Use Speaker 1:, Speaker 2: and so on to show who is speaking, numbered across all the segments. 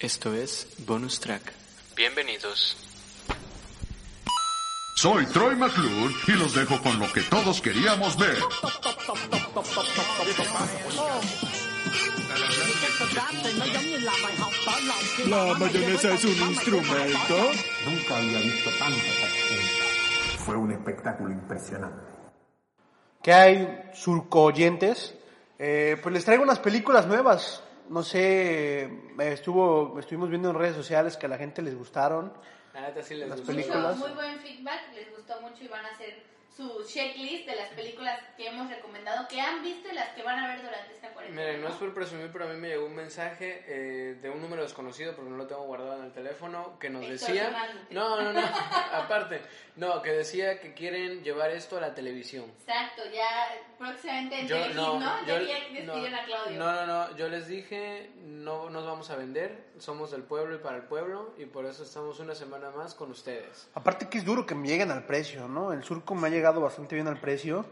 Speaker 1: Esto es Bonus Track. Bienvenidos.
Speaker 2: Soy Troy McClure y los dejo con lo que todos queríamos ver.
Speaker 3: La mayonesa es un instrumento.
Speaker 4: Nunca había visto tanta sargenta. Fue un espectáculo impresionante.
Speaker 5: ¿Qué hay, surco oyentes? Eh, pues les traigo unas películas nuevas. No sé, eh, estuvo, estuvimos viendo en redes sociales que a la gente les gustaron
Speaker 6: La neta sí les
Speaker 5: las
Speaker 6: gustó.
Speaker 5: películas.
Speaker 7: Mucho, muy buen feedback, les gustó mucho y van a hacer su checklist de las películas que hemos recomendado, que han visto y las que van a ver durante esta cuarentena.
Speaker 6: Miren, no es por presumir, pero a mí me llegó un mensaje eh, de un número desconocido, porque no lo tengo guardado en el teléfono, que nos decía...
Speaker 7: Extorsionándote.
Speaker 6: No, no, no, aparte. No, que decía que quieren llevar esto a la televisión.
Speaker 7: Exacto, ya próximamente en Telehit, ¿no?
Speaker 6: yo-
Speaker 7: Ya vi que despidieron a Claudio.
Speaker 6: no, no, no, yo les dije, no nos vamos a vender, somos del pueblo y para el pueblo, y por eso estamos una semana más con ustedes.
Speaker 5: Aparte que es duro que me lleguen al precio, ¿no? El surco me ha llegado bastante bien al precio.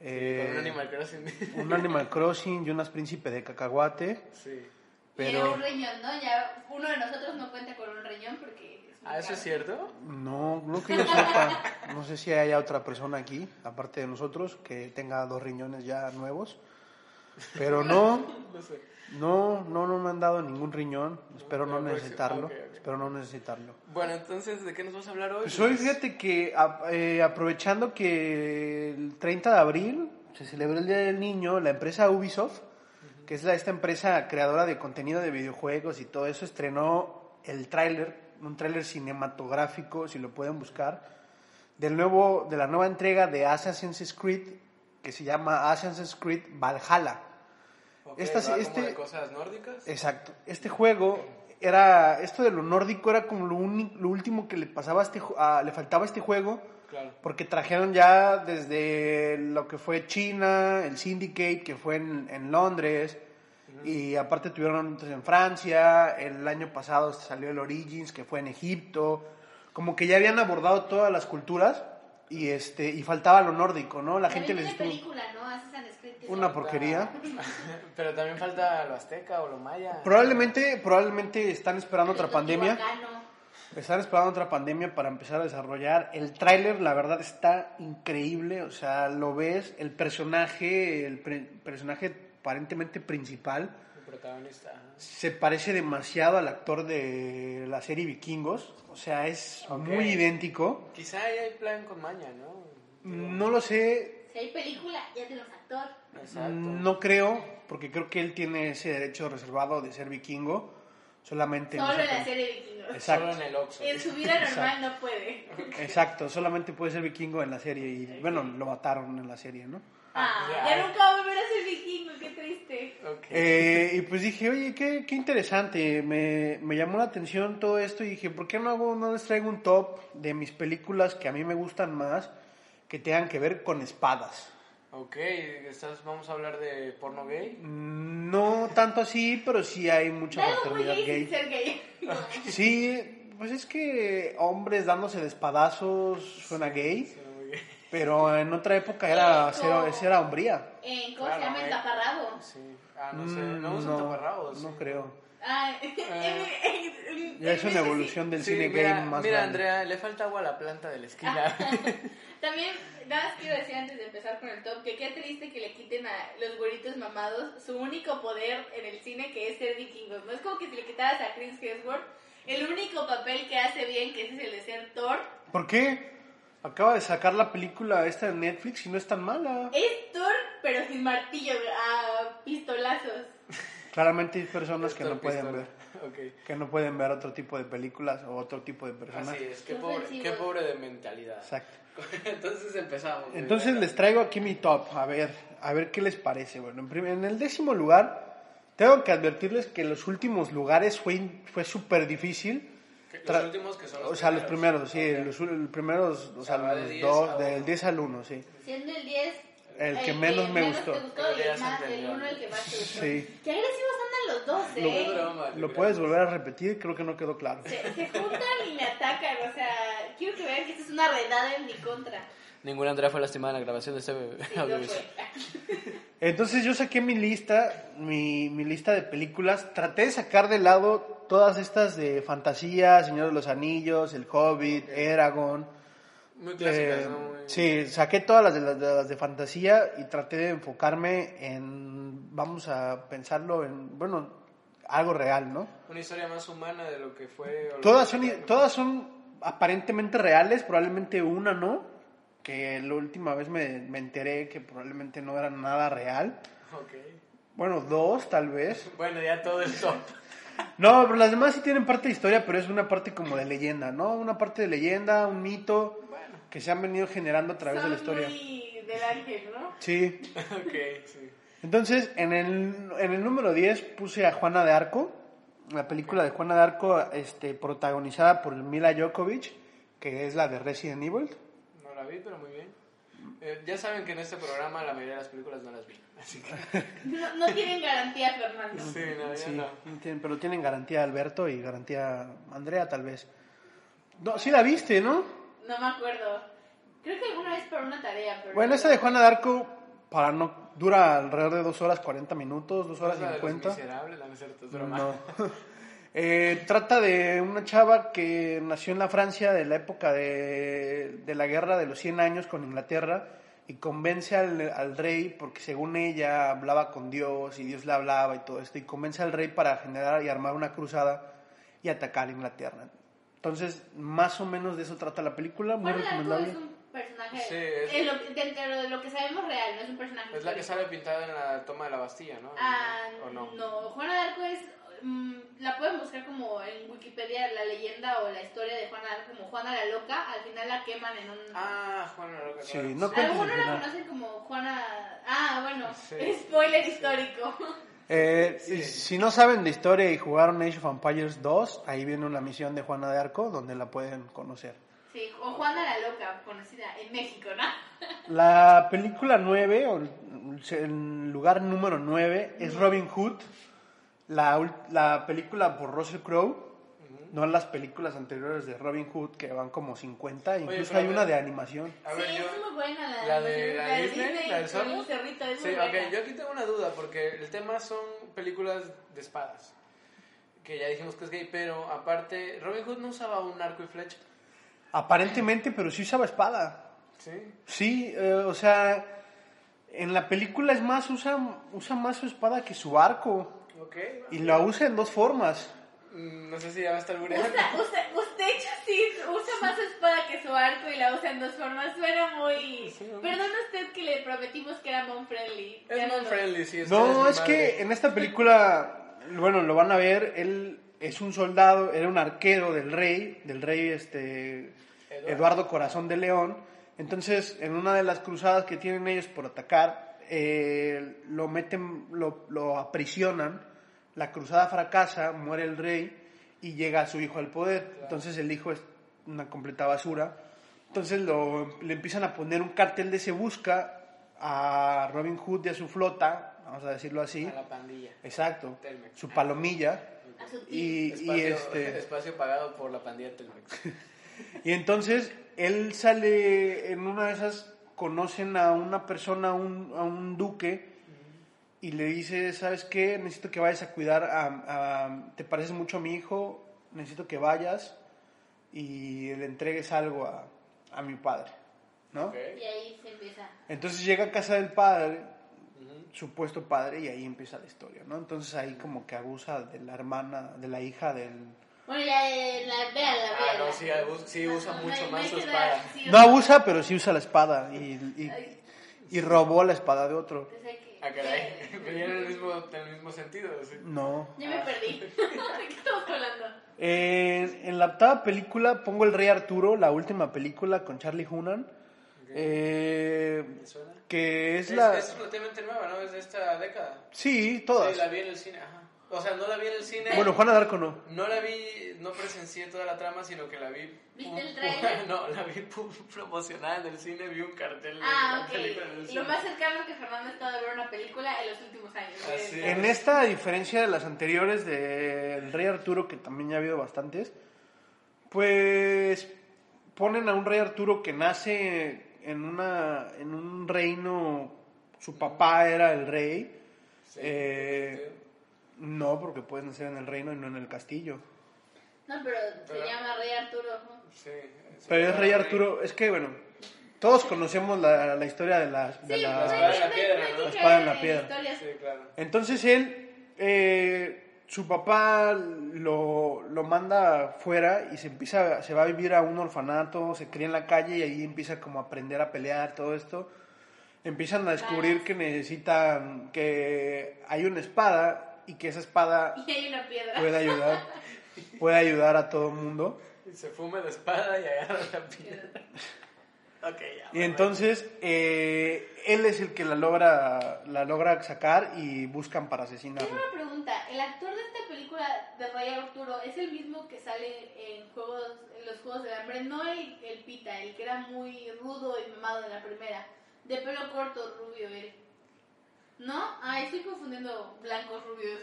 Speaker 5: Eh,
Speaker 6: con un Animal Crossing.
Speaker 5: un Animal Crossing y unas Príncipe de Cacahuate.
Speaker 6: sí.
Speaker 7: Tiene
Speaker 5: Pero
Speaker 7: un riñón, ¿no? Ya uno de nosotros no cuenta con un riñón porque... Es muy
Speaker 6: Ah, ¿eso
Speaker 7: caro.
Speaker 6: es cierto?
Speaker 5: no, no que yo sepa. No sé si haya otra persona aquí, aparte de nosotros, que tenga dos riñones ya nuevos. Pero no,
Speaker 6: No sé.
Speaker 5: no, no, no me han dado ningún riñón. Espero
Speaker 6: pero
Speaker 5: no
Speaker 6: pues,
Speaker 5: necesitarlo.
Speaker 6: ok, ok.
Speaker 5: Espero no necesitarlo.
Speaker 6: Bueno, entonces, ¿de qué nos vas a hablar hoy?
Speaker 5: Pues hoy fíjate que a- eh, aprovechando que el 30 de abril se celebró el Día del Niño, la empresa Ubisoft, que es la, esta empresa creadora de contenido de videojuegos y todo eso, estrenó el tráiler, un tráiler cinematográfico, si lo pueden buscar, del nuevo, de la nueva entrega de Assassin's Creed, que se llama Assassin's Creed Valhalla.
Speaker 6: Ok,
Speaker 5: esta-
Speaker 6: va como
Speaker 5: este-
Speaker 6: de cosas nórdicas?
Speaker 5: Exacto. Este juego era, esto de lo nórdico era como lo, uni- lo último que le pasaba a este, ju- a- le faltaba a este juego,
Speaker 6: Claro.
Speaker 5: porque trajeron ya desde lo que fue China, el Syndicate, que fue en, en Londres, y aparte tuvieron otros en Francia, el año pasado salió el Origins, que fue en Egipto, como que ya habían abordado todas las culturas, y este, y faltaba lo nórdico, ¿no? La
Speaker 7: También
Speaker 5: gente les
Speaker 7: tiene
Speaker 5: estuvo-
Speaker 7: película, ¿no? Assassin's Creed, que
Speaker 5: una
Speaker 7: son-
Speaker 5: porquería.
Speaker 6: Pero también falta lo azteca o lo maya.
Speaker 5: Probablemente, probablemente están esperando
Speaker 7: Los
Speaker 5: otra pandemia.
Speaker 7: teotihuacanos.
Speaker 5: Están esperando otra pandemia para empezar a desarrollar. El tráiler, la verdad, está increíble. O sea, lo ves, el personaje, el pre- personaje aparentemente principal,
Speaker 6: El protagonista. ajá.
Speaker 5: se parece demasiado al actor de la serie Vikingos. O sea, es
Speaker 6: Ok.
Speaker 5: muy idéntico.
Speaker 6: Quizá ahí hay plan con maña, ¿no?
Speaker 5: No lo sé,
Speaker 7: Si hay película, ya te los actores.
Speaker 6: Exacto.
Speaker 5: no creo, porque creo que él tiene ese derecho reservado de ser vikingo. Solamente en
Speaker 7: Solo en
Speaker 5: esa
Speaker 7: la
Speaker 5: peli-
Speaker 7: serie vikingos.
Speaker 5: Exacto.
Speaker 6: Solo en el Oxxo.
Speaker 7: En su vida normal no puede.
Speaker 5: Exacto, solamente puede ser vikingo en la serie y bueno, lo mataron en la serie, ¿no?
Speaker 7: Ah,
Speaker 6: ya.
Speaker 7: ya nunca va a volver a ser vikingo, qué triste.
Speaker 6: Ok.
Speaker 5: Eh, y pues dije, oye, qué, qué interesante, me, me llamó la atención todo esto y dije, ¿por qué no, hago, no les traigo un top de mis películas que a mí me gustan más que tengan que ver con espadas?
Speaker 6: Ok, estás- vamos a hablar de porno gay.
Speaker 5: Mm, No tanto así, pero sí hay mucha
Speaker 7: Da algo muy
Speaker 5: fraternidad
Speaker 7: gay,
Speaker 5: gay.
Speaker 7: sin ser gay.
Speaker 5: Sí, pues es que hombres dándose de espadazos suena gay,
Speaker 6: Suena muy gay.
Speaker 5: pero en otra época era, cero-
Speaker 7: Eso.
Speaker 5: era hombría.
Speaker 7: En, ¿Cómo
Speaker 6: Claro,
Speaker 7: se llama?
Speaker 6: eh.
Speaker 7: El taparrabo.
Speaker 6: Sí. Ah, no sé.
Speaker 5: Mm,
Speaker 6: No usan taparrabos.
Speaker 5: No
Speaker 6: sí.
Speaker 5: creo.
Speaker 7: Ah,
Speaker 6: Eh.
Speaker 7: en- en- en-
Speaker 5: Ya es
Speaker 7: en-
Speaker 5: una evolución del
Speaker 6: Sí,
Speaker 5: cine
Speaker 6: mira,
Speaker 5: gay más grande.
Speaker 6: mira Andrea, le falta agua a la planta de la esquina.
Speaker 7: Ah. También, nada más quiero decir antes de empezar con el top, que qué triste que le quiten a los güeritos mamados su único poder en el cine, que es ser vikingos. No es como que si le quitaras a Chris Hemsworth el único papel que hace bien, que ese es el de ser Thor.
Speaker 5: ¿Por qué? Acaba de sacar la película esta de Netflix y no es tan mala.
Speaker 7: Es Thor, pero sin martillo, a pistolazos.
Speaker 5: Claramente hay personas que no pueden ver,
Speaker 6: Ok.
Speaker 5: que no pueden ver otro tipo de películas o otro tipo de personas.
Speaker 6: Así es, qué
Speaker 7: Qué
Speaker 6: pobre,
Speaker 7: ofensivo.
Speaker 6: qué pobre de mentalidad.
Speaker 5: Exacto.
Speaker 6: Entonces empezamos.
Speaker 5: Entonces
Speaker 6: Venga.
Speaker 5: les traigo aquí mi top, a ver, a ver qué les parece. Bueno, en, primer- en el décimo lugar, tengo que advertirles que los últimos lugares fue, in- fue súper difícil.
Speaker 6: Los
Speaker 5: Tra-
Speaker 6: últimos que son los
Speaker 5: O sea, los primeros, sí,
Speaker 6: Ok.
Speaker 5: los, ul- primeros, o
Speaker 6: sea,
Speaker 5: sea,
Speaker 6: va de
Speaker 5: los
Speaker 6: 10 a
Speaker 5: dos,
Speaker 6: uno.
Speaker 5: del 10 al 1, sí.
Speaker 7: Siendo el 10
Speaker 5: El que menos me gustó.
Speaker 7: te y
Speaker 6: Pero ya
Speaker 7: el
Speaker 6: se
Speaker 7: más, el
Speaker 6: entendió.
Speaker 7: 1 el que más te gustó.
Speaker 5: Sí.
Speaker 7: Qué agresivos andan los dos, ¿eh?
Speaker 6: Qué broma,
Speaker 5: Lo
Speaker 6: qué
Speaker 5: puedes
Speaker 6: broma.
Speaker 5: volver a repetir, creo que no quedó claro.
Speaker 7: se, se juntan y me atacan, o sea, quiero que vean que esto es es una redada en mi contra. pues,
Speaker 6: Ninguna Andrea fue lastimada en la grabación de este
Speaker 7: Sí, no
Speaker 6: audiovisual.
Speaker 7: fue.
Speaker 5: Entonces yo saqué mi lista, mi, mi lista de películas. Traté de sacar de lado todas estas de fantasía, Señor de los Anillos, El Hobbit, Eragon.
Speaker 6: Muy clásicas,
Speaker 5: Eh,
Speaker 6: ¿no? Muy-
Speaker 5: Sí, saqué todas las de, las de las de fantasía y traté de enfocarme en, vamos a pensarlo en, bueno, algo real, ¿no?
Speaker 6: Una historia más humana de lo que fue. o lo
Speaker 5: Todas
Speaker 6: que
Speaker 5: son,
Speaker 6: fue.
Speaker 5: todas son aparentemente reales, probablemente una no, que la última vez me, me enteré que probablemente no era nada real.
Speaker 6: Ok.
Speaker 5: Bueno, dos tal vez.
Speaker 6: Bueno, ya todo el top.
Speaker 5: No, pero las demás sí tienen parte de historia, pero es una parte como de leyenda, ¿no? Una parte de leyenda, un mito que se han venido generando a través de la
Speaker 7: Son
Speaker 5: historia.
Speaker 7: muy del ángel, ¿no?
Speaker 5: Sí.
Speaker 6: ok, sí.
Speaker 5: Entonces, en el, en el número 10 puse a Juana de Arco, la película de Juana de Arco este, protagonizada por Mila Djokovic, que es la de Resident Evil.
Speaker 6: No la vi, pero muy bien. Eh, ya saben que en este programa la mayoría de las películas no las vi. Así que.
Speaker 7: No, no tienen garantía, Fernando.
Speaker 6: Sí, no, ya
Speaker 5: Sí,
Speaker 6: no.
Speaker 5: tienen- pero tienen garantía Alberto y garantía Andrea, tal vez. No, sí la viste, ¿no?
Speaker 7: No me acuerdo. Creo que alguna vez por una tarea, pero...
Speaker 5: Bueno, esa de Juana de Arco para no, dura alrededor de 2 horas 40 minutos, 2 horas
Speaker 6: ¿Es la de los
Speaker 5: 50.
Speaker 6: miserables? No, no es cierto, es broma.
Speaker 5: No. Eh, trata de una chava que nació en la Francia de la época de, de la guerra de los 100 años con Inglaterra y convence al, al rey, porque según ella hablaba con Dios y Dios le hablaba y todo esto, y convence al rey para generar y armar una cruzada y atacar a Inglaterra. Entonces, más o menos de eso trata la película, muy
Speaker 7: Juan Blanco
Speaker 5: recomendable.
Speaker 7: es un personaje
Speaker 6: Sí, es-
Speaker 7: en lo que- dentro de lo que sabemos real, no es un personaje.
Speaker 6: Es la que
Speaker 7: histórico.
Speaker 6: sale pintada en la toma de la Bastilla, ¿no?
Speaker 7: Ah,
Speaker 6: ¿O no?
Speaker 7: no. Juana de Arco es. mm, la pueden buscar como en Wikipedia la leyenda o la historia de Juana de Arco, como Juana la Loca. Al final la queman en un.
Speaker 6: Ah, Juan la Loca.
Speaker 5: Sí,
Speaker 6: claro.
Speaker 5: no cuentes
Speaker 7: Algunos
Speaker 5: el
Speaker 7: la
Speaker 5: final.
Speaker 7: conocen como Juana. Ah, bueno,
Speaker 6: Sí.
Speaker 7: spoiler histórico.
Speaker 5: Eh,
Speaker 6: Sí.
Speaker 5: y Si no saben de historia y jugaron Age of Empires 2, ahí viene una misión de Juana de Arco donde la pueden conocer.
Speaker 7: Sí, o Juana la Loca, conocida en México, ¿no?
Speaker 5: La película 9, o el- el lugar número 9, es Robin Hood, la, ul- la película por Russell Crowe, no las películas anteriores de Robin Hood que van como 50, incluso
Speaker 6: pero a
Speaker 5: hay
Speaker 6: ver.
Speaker 5: una de animación.
Speaker 6: A
Speaker 7: sí,
Speaker 6: ver, yo.
Speaker 7: es muy buena la,
Speaker 6: la de la
Speaker 7: de
Speaker 6: Disney, la del
Speaker 7: con
Speaker 6: zorro.
Speaker 7: el cerrito, es
Speaker 6: Sí,
Speaker 7: muy buena.
Speaker 6: ok, yo aquí tengo una duda, porque el tema son películas de espadas. Que ya dijimos que es gay, pero aparte, Robin Hood no usaba un arco y flecha.
Speaker 5: Aparentemente, pero sí usaba espada.
Speaker 6: Sí.
Speaker 5: Sí, eh, o sea, en la película es más, usa, usa más su espada que su arco.
Speaker 6: Ok.
Speaker 5: Y la usa en dos formas.
Speaker 6: Mm, No sé si ya va a estar bureando.
Speaker 7: Usa, usa, usted sí usa más su espada que su arco y la usa en dos formas. Suena muy. Perdón a usted que le prometimos que era mom friendly. Ya
Speaker 6: Es
Speaker 7: no
Speaker 6: muy
Speaker 7: lo-
Speaker 6: friendly, sí.
Speaker 5: No,
Speaker 6: ustedes
Speaker 5: es
Speaker 6: ni
Speaker 5: que
Speaker 6: madre.
Speaker 5: en esta película, bueno, lo van a ver, él es un soldado, era un arquero del rey, del rey este
Speaker 6: Eduardo.
Speaker 5: Eduardo, Corazón de León. Entonces, en una de las cruzadas que tienen ellos por atacar, eh, lo meten, lo, lo aprisionan, la cruzada fracasa, muere el rey y llega su hijo al poder. Entonces el hijo es una completa basura. Entonces lo- le empiezan a poner un cartel de se busca a Robin Hood y a su flota, vamos a decirlo así.
Speaker 6: A la pandilla.
Speaker 5: Exacto.
Speaker 6: Telmex.
Speaker 5: Su palomilla.
Speaker 7: A su tío.
Speaker 5: Y, y
Speaker 6: Espacio,
Speaker 5: este.
Speaker 6: espacio pagado por la pandilla Telmex.
Speaker 5: Y entonces él sale en una de esas, conocen a una persona, a un, a un duque, y le dice, ¿sabes qué? Necesito que vayas a cuidar a, a- Te pareces mucho a mi hijo, necesito que vayas y le entregues algo a, a mi padre, ¿no?
Speaker 6: Ok.
Speaker 7: Y ahí se empieza.
Speaker 5: Entonces llega a casa del padre, supuesto padre, y ahí empieza la historia, ¿no? Entonces ahí como que abusa de la hermana, de la hija del...
Speaker 7: Bueno, ya eh, la vea, la
Speaker 6: Ah,
Speaker 7: vea.
Speaker 6: no, sí, abu- sí usa mucho más su espada.
Speaker 5: No abusa, pero sí usa la espada y, y- y robó la espada de otro.
Speaker 6: Ah, caray. Pero ya en el mismo, en el mismo sentido. sí.
Speaker 5: No.
Speaker 7: Ya me perdí.
Speaker 6: Ah.
Speaker 7: ¿De qué estamos hablando?
Speaker 5: En- en la octava película pongo El Rey Arturo, la última película con Charlie Hunan, eh,
Speaker 6: ¿Me suena?
Speaker 5: que es
Speaker 6: Es,
Speaker 5: la...
Speaker 6: es relativamente nueva, ¿no? Es de esta década.
Speaker 5: Sí, todas.
Speaker 6: Sí, la vi en el cine, ajá. O sea, no la vi en el cine.
Speaker 5: Bueno, Juana Darco no.
Speaker 6: No la vi, no presencié toda la trama, sino que la vi.
Speaker 7: ¿Viste el tráiler?
Speaker 6: No, la vi pu- promocionada en el cine, vi un cartel de
Speaker 7: Ah,
Speaker 6: la película en el
Speaker 7: ok.
Speaker 6: cine.
Speaker 7: Lo más cercano que Fernando ha estado de ver una película en los últimos años.
Speaker 6: Así
Speaker 5: En esta, a diferencia de las anteriores del Rey Arturo, que también ya ha habido bastantes, pues ponen a un rey Arturo que nace en, una, en un reino, su papá era el rey.
Speaker 6: Sí,
Speaker 5: Eh, no, porque puedes nacer en el reino y no en el castillo.
Speaker 7: No, pero se
Speaker 6: Pero-
Speaker 7: llama Rey Arturo. ¿no?
Speaker 6: sí, sí.
Speaker 5: Pero es rey Arturo, es que bueno, todos conocemos la, la historia de la... de
Speaker 7: Sí,
Speaker 5: la-
Speaker 7: pues,
Speaker 6: espada en la
Speaker 7: no hay-
Speaker 6: piedra,
Speaker 7: no hay
Speaker 6: ¿no?
Speaker 7: que
Speaker 5: La espada en la
Speaker 7: caer
Speaker 5: piedra.
Speaker 7: historias.
Speaker 6: Sí, claro.
Speaker 5: Entonces él, eh, su papá lo, lo manda fuera y se empieza, se va a vivir a un orfanato, se cría en la calle y ahí empieza como a aprender a pelear, todo esto. Empiezan a descubrir que necesitan, que hay una espada y que esa espada
Speaker 7: Y hay una piedra.
Speaker 5: puede ayudar, puede ayudar a todo el mundo.
Speaker 6: Y se fuma la espada y agarra la piedra. ok, ya.
Speaker 5: Y entonces eh, él es el que la logra, la logra sacar y buscan para
Speaker 7: Tengo
Speaker 5: asesinarlo.
Speaker 7: una pregunta. ¿El actor de esta película de Rey Arturo es el mismo que sale en juegos en los Juegos del Hambre? No el, el Pita, el que era muy rudo y mamado en la primera. De pelo corto, rubio él. ¿No? Ah, estoy confundiendo blancos rubios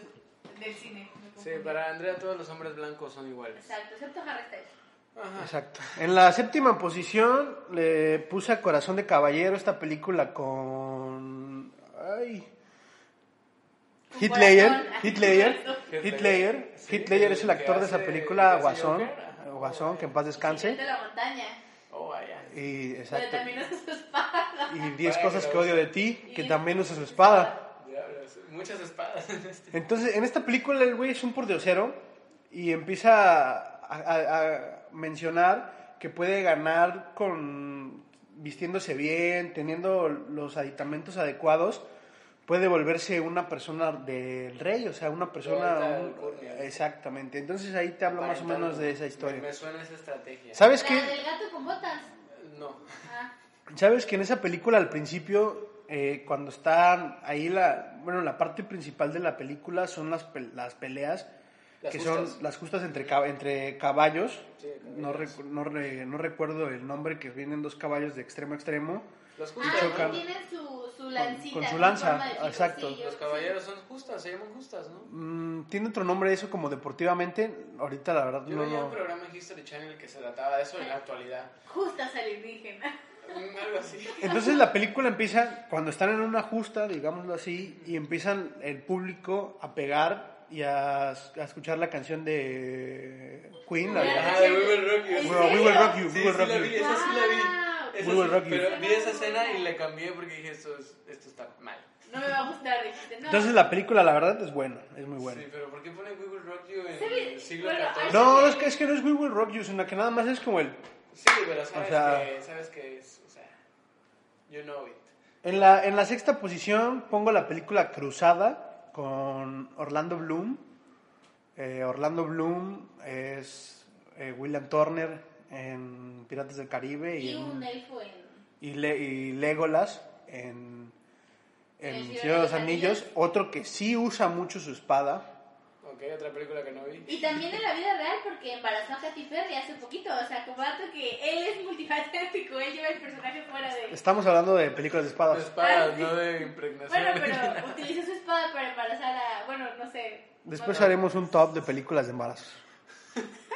Speaker 7: del cine. me
Speaker 6: Sí,
Speaker 7: confundí.
Speaker 6: para Andrea todos los hombres blancos son iguales.
Speaker 7: Exacto, excepto Harry Styles.
Speaker 6: Ajá.
Speaker 5: Exacto. En la séptima posición le puse a Corazón de Caballero esta película con. Ay. Hitler,
Speaker 7: corazón.
Speaker 5: Hitler,
Speaker 6: Heath
Speaker 5: Hitler,
Speaker 6: Ledger. Sí,
Speaker 5: Hitler es
Speaker 6: el
Speaker 5: el
Speaker 6: que
Speaker 5: actor de esa
Speaker 6: hace-
Speaker 5: película,
Speaker 6: el que hace
Speaker 5: Guasón,
Speaker 6: Joker, ajá.
Speaker 5: Guasón, que en paz
Speaker 7: Desde
Speaker 5: descanse,
Speaker 7: la montaña.
Speaker 6: Oh, vaya.
Speaker 5: y
Speaker 7: Pero
Speaker 5: exacto,
Speaker 7: también usa su espada.
Speaker 5: y 10
Speaker 6: Vaya,
Speaker 5: cosas
Speaker 6: que
Speaker 5: que
Speaker 6: la
Speaker 5: odio de ti,
Speaker 7: Y
Speaker 5: que
Speaker 7: diez
Speaker 5: también
Speaker 7: cosas
Speaker 5: usa su
Speaker 7: que odio de ti.
Speaker 5: espada,
Speaker 6: Diablos, Muchas espadas en este.
Speaker 5: Entonces, en esta película el güey es un pordiosero y empieza a, a- a mencionar que puede ganar con vistiéndose bien, teniendo los aditamentos adecuados, puede volverse una persona del rey, o sea, una persona...
Speaker 6: Alta
Speaker 5: un-
Speaker 6: alcurnia.
Speaker 5: exactamente. Entonces ahí te habla más o menos de esa
Speaker 6: Me, me
Speaker 5: historia.
Speaker 6: suena esa estrategia.
Speaker 5: ¿Sabes
Speaker 7: la
Speaker 5: qué?
Speaker 7: del gato con botas.
Speaker 6: No.
Speaker 7: Ah,
Speaker 5: ¿Sabes que en esa película al principio, eh, cuando están ahí la, bueno, la parte principal de la película son las, pe- las peleas,
Speaker 6: Las
Speaker 5: que
Speaker 6: justas.
Speaker 5: son las justas entre, cab- entre caballos,
Speaker 6: Sí, caballos.
Speaker 5: no, recu- no, re- no recuerdo el nombre, que vienen dos caballos de extremo a extremo,
Speaker 6: Los
Speaker 7: ah
Speaker 6: justas.
Speaker 5: chocan.
Speaker 6: ¿no?
Speaker 7: tiene su, su lancita.
Speaker 5: con su
Speaker 7: en
Speaker 5: lanza,
Speaker 7: forma de pico,
Speaker 5: exacto.
Speaker 7: sí, yo-
Speaker 6: Los
Speaker 7: sí.
Speaker 6: caballeros son justas, se llaman justas, ¿no?
Speaker 5: Mm, tiene otro nombre eso como deportivamente, ahorita la verdad
Speaker 6: Yo
Speaker 5: no,
Speaker 6: veía
Speaker 5: no.
Speaker 6: un programa en History Channel que se trataba de eso en la actualidad.
Speaker 7: Justas alienígenas.
Speaker 6: Mm, Algo así.
Speaker 5: Entonces la película empieza cuando están en una justa, digámoslo así, y empiezan el público a pegar y a, a escuchar la canción de Queen, la de-
Speaker 6: Ajá, de We Will Rock You.
Speaker 7: ¿En
Speaker 5: Bueno, We Will
Speaker 7: serio?
Speaker 5: Rock You,
Speaker 6: Sí,
Speaker 5: We Will
Speaker 6: sí
Speaker 5: Rock
Speaker 6: la
Speaker 5: You.
Speaker 6: vi, esa sí la
Speaker 7: Wow.
Speaker 6: vi. Esa
Speaker 5: We Will
Speaker 6: sí,
Speaker 5: Rock You.
Speaker 6: Pero vi esa escena y la cambié porque dije, esto, es- esto está mal.
Speaker 7: No me va a gustar, dijiste. No.
Speaker 5: Entonces la película la verdad es buena, es muy buena.
Speaker 6: Sí, pero ¿por qué pone We Will Rock You en
Speaker 7: ¿Sabe?
Speaker 6: el siglo
Speaker 7: Bueno, ah,
Speaker 6: XIV?
Speaker 5: No, es que, es que no es We Will Rock You, sino que nada más es como el...
Speaker 6: Sí, pero sabes,
Speaker 5: O sea-
Speaker 6: que, sabes que es, o sea, you know it.
Speaker 5: En la, en la sexta posición pongo la película Cruzada con Orlando Bloom. Eh, Orlando Bloom es eh, William Turner en Piratas del Caribe y,
Speaker 7: Y
Speaker 5: en-
Speaker 7: un elfo en.
Speaker 5: y, Le- y Legolas en, en
Speaker 7: El
Speaker 5: Señor de los Anillos.
Speaker 7: Anillos.
Speaker 5: Otro que sí usa mucho su espada.
Speaker 6: Ok, otra película que no vi.
Speaker 7: Y también en la vida real, porque embarazó a Katy Perry hace poquito. O sea, comparto que él es multifacético. Él lleva el personaje fuera de.
Speaker 5: Estamos hablando de películas de
Speaker 6: De
Speaker 5: espadas.
Speaker 6: espadas, no de impregnación.
Speaker 7: Bueno, pero utilizó su espada para embarazar a. Bueno, no sé.
Speaker 5: Después
Speaker 7: Bueno,
Speaker 5: haremos un top de películas de embarazos.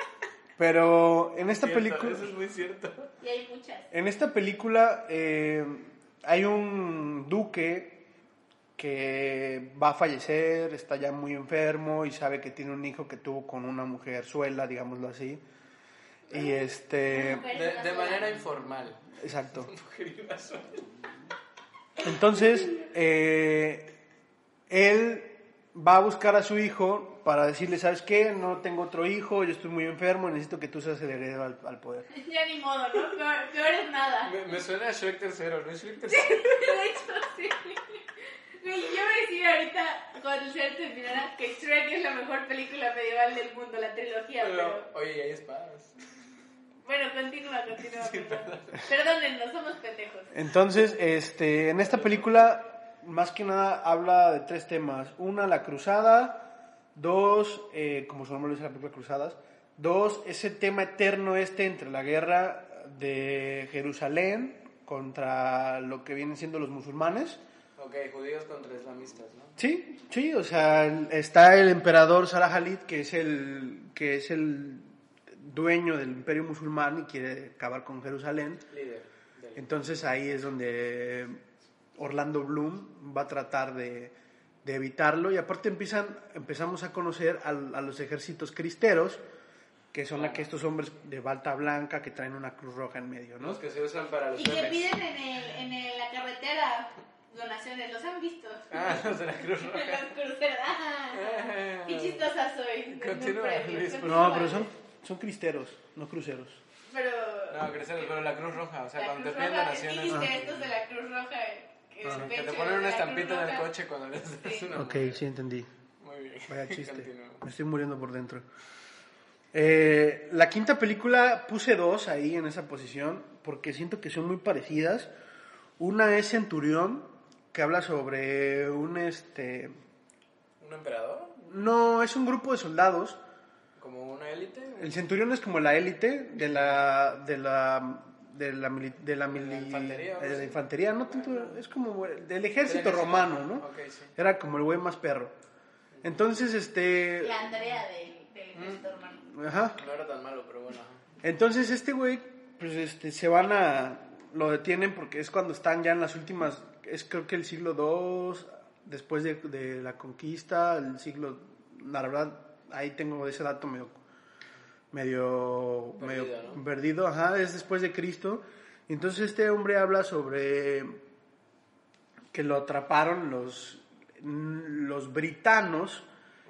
Speaker 5: Pero en esta
Speaker 6: Cierto,
Speaker 5: película...
Speaker 6: Eso es muy cierto.
Speaker 7: Y hay muchas.
Speaker 5: En esta película eh, hay un duque que va a fallecer, está ya muy enfermo y sabe que tiene un hijo que tuvo con una mujer suela, digámoslo así. Y este,
Speaker 7: Una
Speaker 6: De,
Speaker 7: mujer es una
Speaker 6: de
Speaker 7: sola.
Speaker 6: manera informal.
Speaker 5: exacto.
Speaker 6: Mujer y basura.
Speaker 5: Entonces, eh, él va a buscar a su hijo para decirle, ¿sabes qué? No tengo otro hijo, yo estoy muy enfermo, necesito que tú seas el heredero al- al poder.
Speaker 7: Ya ni modo, ¿no? Peor, peor es nada.
Speaker 6: Me, me suena a Shrek tercero, ¿no es Shrek tercero?
Speaker 7: De hecho, sí. Güey, yo voy a decir ahorita, cuando el ser terminara, que Shrek es la mejor película medieval del mundo, la trilogía, pero...
Speaker 6: Pero, oye, hay espadas.
Speaker 7: Bueno, continúa, continúa, perdón. Perdónennos, somos pendejos.
Speaker 5: Entonces, este, en esta película, más que nada, habla de tres temas. Una, la cruzada. Dos, eh, como su nombre lo dice la película Cruzadas. Dos, ese tema eterno este entre la guerra de Jerusalén contra lo que vienen siendo los musulmanes.
Speaker 6: Ok, judíos contra islamistas, ¿no?
Speaker 5: Sí, sí, o sea, el- está el emperador Sarah Halid, que es el, que es el dueño del imperio musulmán y quiere acabar con Jerusalén.
Speaker 6: Líder. del-
Speaker 5: Entonces ahí es donde Orlando Bloom va a tratar de, de evitarlo y aparte empiezan, empezamos a conocer al- a, los ejércitos cristeros, que son la que estos hombres de balta blanca que traen una cruz roja en medio, ¿no?
Speaker 6: Los que se usan para los
Speaker 7: Y que
Speaker 6: memes.
Speaker 7: piden en, el, en el- la carretera donaciones, los han visto.
Speaker 6: Ah, los de la Cruz
Speaker 7: Los
Speaker 6: Roja.
Speaker 7: cruceros, ah, qué chistosa soy.
Speaker 6: Continúa, Luis, por
Speaker 5: No, pero son, son cristeros, no cruceros.
Speaker 7: Pero
Speaker 6: No, crecer, pero la Cruz Roja. O sea,
Speaker 7: la
Speaker 6: cuando te
Speaker 7: Cruz
Speaker 6: piden
Speaker 7: Roja,
Speaker 6: donaciones.
Speaker 7: dijiste estos de la Cruz Roja. Que,
Speaker 6: Sí,
Speaker 7: sospecho
Speaker 6: Que te
Speaker 7: de
Speaker 6: ponen una
Speaker 7: la Cruz
Speaker 6: estampita en el
Speaker 7: Roja.
Speaker 6: coche cuando les das
Speaker 7: Sí.
Speaker 6: una.
Speaker 5: Ok, sí entendí.
Speaker 6: Muy bien.
Speaker 5: Vaya chiste.
Speaker 6: Continúa.
Speaker 5: Me estoy muriendo por dentro. Eh, la quinta película puse dos ahí en esa posición porque siento que son muy parecidas. Una es Centurión, que habla sobre un este.
Speaker 6: ¿Un emperador?
Speaker 5: No, es un grupo de soldados.
Speaker 6: ¿Como una élite?
Speaker 5: El Centurión es como la élite de la. de la. de la, mili- de la, mili- eh,
Speaker 6: infantería, ¿no?
Speaker 5: de la infantería, no tanto. es como del ejército
Speaker 6: Del ejército.
Speaker 5: romano, ¿no?
Speaker 6: Ok, sí.
Speaker 5: Era como el güey más perro. Entonces, este.
Speaker 6: Eh,
Speaker 7: La Andrea del del
Speaker 6: mm,
Speaker 7: ejército hermano.
Speaker 5: Ajá.
Speaker 6: No era tan malo, pero bueno.
Speaker 5: Entonces este güey, pues este, se van a, lo detienen porque es cuando están ya en las últimas, es creo que el siglo II, después de, de la conquista, el siglo, la verdad, ahí tengo ese dato medio, medio,
Speaker 6: Perdido,
Speaker 5: medio
Speaker 6: ¿no?
Speaker 5: perdido, ajá, es después de Cristo. Entonces este hombre habla sobre que lo atraparon los, los britanos,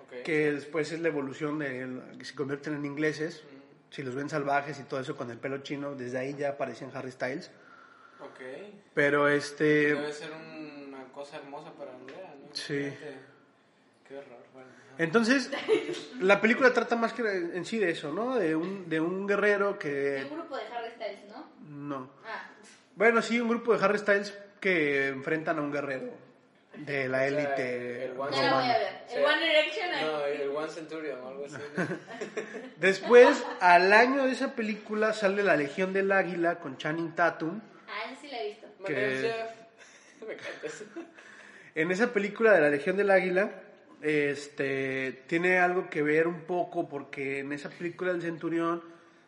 Speaker 6: Okay.
Speaker 5: que después es la evolución de la- que se convierten en ingleses. Si los ven salvajes y todo eso con el pelo chino, desde ahí ya aparecen Harry Styles.
Speaker 6: Ok.
Speaker 5: Pero este.
Speaker 6: Debe ser una cosa hermosa para Andrea, ¿no?
Speaker 5: Sí.
Speaker 6: Fíjate. Qué horror. Bueno, ajá.
Speaker 5: Entonces, la película trata más que en sí de eso, ¿no? De un, de un guerrero
Speaker 6: eh,
Speaker 7: De
Speaker 5: que.
Speaker 7: un grupo de Harry Styles, ¿no?
Speaker 5: No.
Speaker 7: Ah,
Speaker 5: Bueno, sí, un grupo de Harry Styles que enfrentan a un guerrero de la
Speaker 6: O sea,
Speaker 5: élite
Speaker 6: el One
Speaker 7: ya la voy a
Speaker 5: romana.
Speaker 7: ver. El
Speaker 6: Sí.
Speaker 7: One Direction.
Speaker 6: No, eh. el One Centurion o algo así. ¿no?
Speaker 5: Después, al año de esa película, sale La Legión del Águila con Channing Tatum.
Speaker 7: Ah, esa sí la he visto.
Speaker 5: Que-
Speaker 6: Masterchef. Me encanta eso.
Speaker 5: En esa película de la Legión del Águila, este, tiene algo que ver un poco porque en esa película del Centurión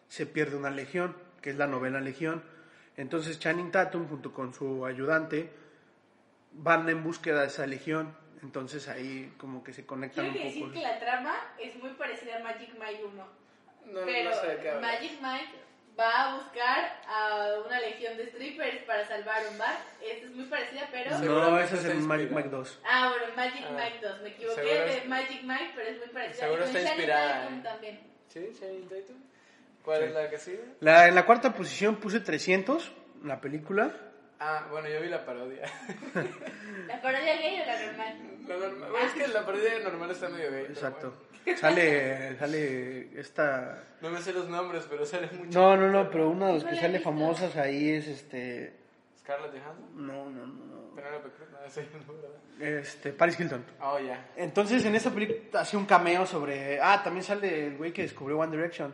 Speaker 5: se pierde una legión, que es la novena legión. Entonces Channing Tatum junto con su ayudante van en búsqueda de esa legión. Entonces ahí como que se conectan
Speaker 7: Quiero
Speaker 5: un
Speaker 7: que decir
Speaker 5: poco.
Speaker 7: que la trama es muy parecida a Magic Mike 1.
Speaker 6: No,
Speaker 7: pero
Speaker 6: no sé de qué habla.
Speaker 7: Magic Mike va a buscar a una legión de strippers para salvar un bar. Esta es muy parecida, pero...
Speaker 5: No, esa es
Speaker 6: está
Speaker 5: en Magic
Speaker 6: inspirada.
Speaker 5: Mike 2.
Speaker 7: Ah, bueno, Magic
Speaker 6: Ah.
Speaker 7: Mike 2. Me equivoqué
Speaker 6: Seguro
Speaker 7: de
Speaker 6: es-
Speaker 7: Magic Mike, pero es muy parecida.
Speaker 6: Seguro
Speaker 7: Y con
Speaker 6: está
Speaker 7: Channing
Speaker 6: inspirada,
Speaker 7: Tatum
Speaker 6: eh.
Speaker 7: también.
Speaker 6: ¿Sí? ¿Channing Tatum? ¿Cuál es la que sigue?
Speaker 5: La- en la cuarta posición puse 300, la película.
Speaker 6: Ah, bueno, yo vi la parodia.
Speaker 7: ¿La parodia gay o la normal? Ah,
Speaker 6: La normal. Bueno, es que la parodia normal está medio gay. pero
Speaker 5: Exacto.
Speaker 6: bueno.
Speaker 5: Sale, sale esta
Speaker 6: No me sé los nombres, pero sale mucho.
Speaker 5: No, no, no, pero una de las
Speaker 7: No
Speaker 5: que
Speaker 7: la he
Speaker 5: sale
Speaker 7: visto.
Speaker 5: famosas ahí es este.
Speaker 6: Scarlett Johansson.
Speaker 5: No, no, no.
Speaker 6: Pero no la Cruz. No, esa yo no, ¿verdad?
Speaker 5: no. Este, Paris Hilton.
Speaker 6: Ah, Oh, ya.
Speaker 5: Entonces en esa película hace un cameo sobre. Ah, también sale el güey que descubrió One Direction.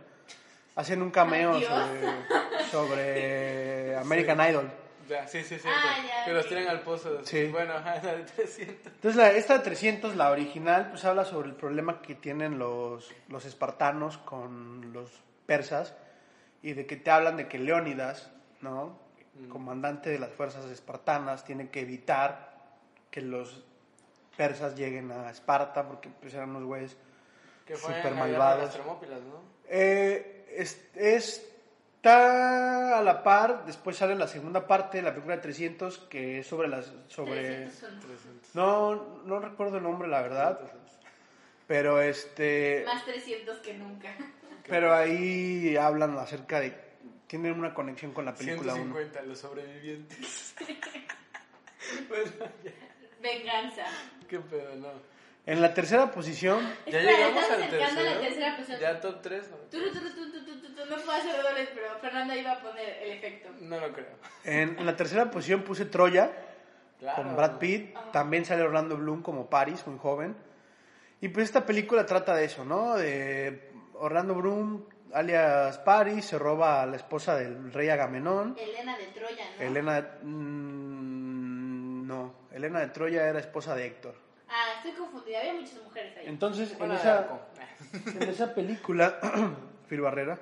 Speaker 5: Hacen un cameo
Speaker 7: Dios.
Speaker 5: sobre, sobre American Idol.
Speaker 6: Ya, sí, sí, cierto.
Speaker 7: Ah, ya,
Speaker 6: que los
Speaker 7: ok.
Speaker 6: tiran al pozo. después.
Speaker 5: Sí.
Speaker 6: Bueno, ajá, la de 300.
Speaker 5: Entonces la, esta de 300, la original, pues habla sobre el problema que tienen los, los espartanos con los persas y de que te hablan de que Leónidas, ¿no? Comandante de las fuerzas espartanas, tiene que evitar que los persas lleguen a Esparta porque pues eran unos güeyes.
Speaker 6: Que fue
Speaker 5: Súper
Speaker 6: en la guerra de
Speaker 5: malvados.
Speaker 6: las Termópilas, ¿no?
Speaker 5: Eh, es- está a la par, después sale la segunda parte de la película de 300 que es sobre las... Sobre...
Speaker 7: 301.
Speaker 6: 300.
Speaker 5: No, no recuerdo el nombre, la verdad. Pero este.
Speaker 7: Más 300 que nunca.
Speaker 5: Pero ahí hablan acerca de. Tienen una conexión con la película 1.
Speaker 6: 150, los sobrevivientes. bueno, ya.
Speaker 7: Venganza.
Speaker 6: Qué pedo, no.
Speaker 5: En la tercera posición.
Speaker 6: Ya
Speaker 7: Espera,
Speaker 6: llegamos
Speaker 7: estamos
Speaker 6: al
Speaker 7: acercando a la
Speaker 6: tercero.
Speaker 7: tercera posición.
Speaker 6: Ya top 3, no.
Speaker 7: Tú, tú, tú, tú, tú, tú, tú, tú, No puedo hacer dobles, pero Fernanda iba a poner el efecto.
Speaker 6: No lo creo.
Speaker 5: En, en la tercera posición puse Troya
Speaker 6: Claro.
Speaker 5: con Brad Pitt. También sale Orlando Bloom como Paris, muy joven. Y pues esta película trata de eso, ¿no? De Orlando Bloom, alias Paris, se roba a la esposa del rey Agamenón.
Speaker 7: Elena de Troya, ¿no?
Speaker 5: Elena. mm, no, Elena de Troya era esposa de Héctor.
Speaker 7: Ah, estoy confundida. Había muchas mujeres ahí.
Speaker 5: Entonces, en
Speaker 6: Bueno,
Speaker 5: esa.
Speaker 6: arco.
Speaker 5: En esa película, Phil Barrera,